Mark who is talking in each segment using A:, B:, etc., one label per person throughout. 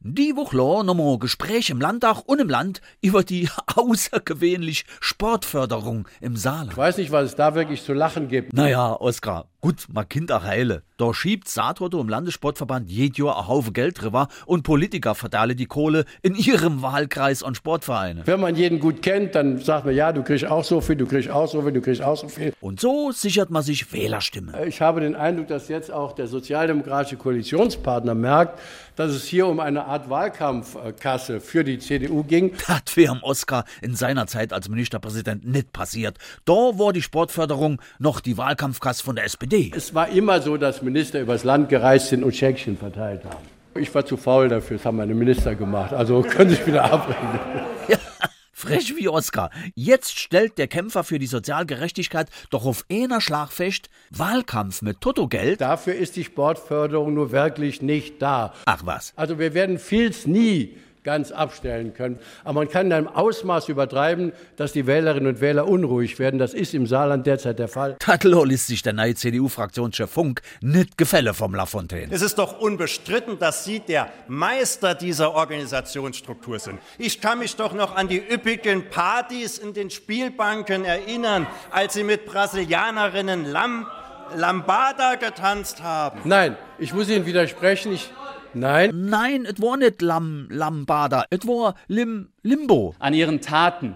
A: Die Woche nochmal Gespräch im Landtag und im Land über die außergewöhnliche Sportförderung im
B: Ich
A: Saarland.
B: weiß nicht, was es da wirklich zu lachen gibt.
A: Naja, Oskar, gut, mal Kinder heile. Da schiebt Saartorte im Landessportverband jed Jahr ein Haufe Geld drüber und Politiker verteilen die Kohle in ihrem Wahlkreis an Sportvereine.
B: Wenn man jeden gut kennt, dann sagt man, ja, du kriegst auch so viel, du kriegst auch so viel, du kriegst auch so viel.
A: Und so sichert man sich Wählerstimme.
B: Ich habe den Eindruck, dass jetzt auch der sozialdemokratische Koalitionspartner merkt, dass es hier um eine Art Wahlkampfkasse für die CDU ging.
A: Das wäre am Oskar in seiner Zeit als Ministerpräsident nicht passiert. Da war die Sportförderung noch die Wahlkampfkasse von der SPD.
B: Es war immer so, dass Minister übers Land gereist sind und Schäckchen verteilt haben. Ich war zu faul dafür, das haben meine Minister gemacht. Also können sich wieder abreden.
A: Ja, frech wie Oskar. Jetzt stellt der Kämpfer für die Sozialgerechtigkeit doch auf einer Schlagfest Wahlkampf mit Tottogeld.
B: Dafür ist die Sportförderung nur wirklich nicht da.
A: Ach was.
B: Also wir werden Fields nie ganz abstellen können. Aber man kann in einem Ausmaß übertreiben, dass die Wählerinnen und Wähler unruhig werden. Das ist im Saarland derzeit der Fall.
A: Tatlo lässt sich der neue CDU-Fraktionschef Funk nicht gefälle vom Lafontaine.
C: Es ist doch unbestritten, dass Sie der Meister dieser Organisationsstruktur sind. Ich kann mich doch noch an die üppigen Partys in den Spielbanken erinnern, als Sie mit Brasilianerinnen Lam Lambada getanzt haben.
B: Nein, ich muss Ihnen widersprechen. Ich, nein,
A: Nein, et war nicht Lam Lambada, et war Lim Limbo.
D: An ihren Taten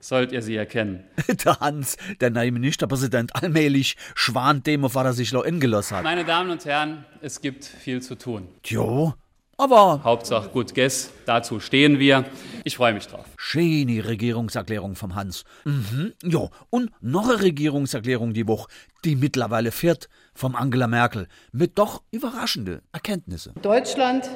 D: sollt ihr sie erkennen.
A: Der Hans, der neue Ministerpräsident, allmählich schwant dem, auf was er sich noch ingelassen hat.
D: Meine Damen und Herren, es gibt viel zu tun.
A: Jo, aber
D: Hauptsache gut Guess, dazu stehen wir. Ich freue mich drauf.
A: schöne Regierungserklärung vom Hans. Mhm, jo, und noch eine Regierungserklärung die Woche, die mittlerweile viert, vom Angela Merkel, mit doch überraschende Erkenntnisse.
E: Deutschland,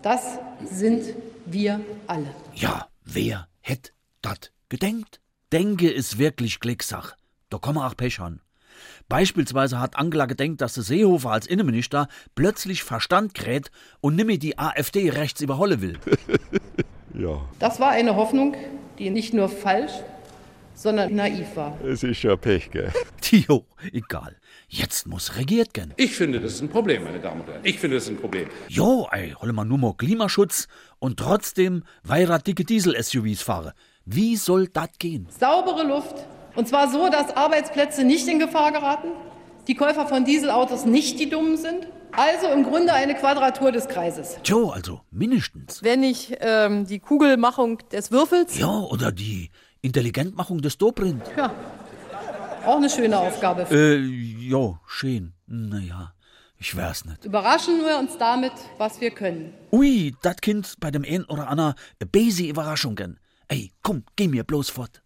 E: das sind wir alle.
A: Ja, wer hätt dat gedenkt? Denke ist wirklich Glückssache. Da kann man auch Pech haben. Beispielsweise hat Angela gedenkt, dass der Seehofer als Innenminister plötzlich Verstand kräht und nimmer die AfD rechts überholle will.
F: Ja,
E: Das war eine Hoffnung, die nicht nur falsch, sondern naiv war.
F: es ist ja Pech, gell?
A: Tio, egal. Jetzt muss regiert gehen.
G: Ich finde, das ist ein Problem, meine Damen und Herren. Ich finde, das ist ein Problem.
A: Jo, ey, holle mal nur mal Klimaschutz und trotzdem weiter dicke Diesel-SUVs fahre. Wie soll dat gehen?
E: Saubere Luft, und zwar so, dass Arbeitsplätze nicht in Gefahr geraten, die Käufer von Dieselautos nicht die Dummen sind. Also im Grunde eine Quadratur des Kreises.
A: Tjo, also mindestens.
H: Wenn ich ähm, die Kugelmachung des Würfels,
A: Ja, oder die Intelligentmachung des Dobrindt.
E: Auch eine schöne Aufgabe.
A: Äh, jo, schön. Naja, ich wär's nicht.
E: Überraschen wir uns damit, was wir können.
A: Ui, dat Kind bei dem einen oder anderen eine base Überraschungen. Ey, komm, geh mir bloß fort.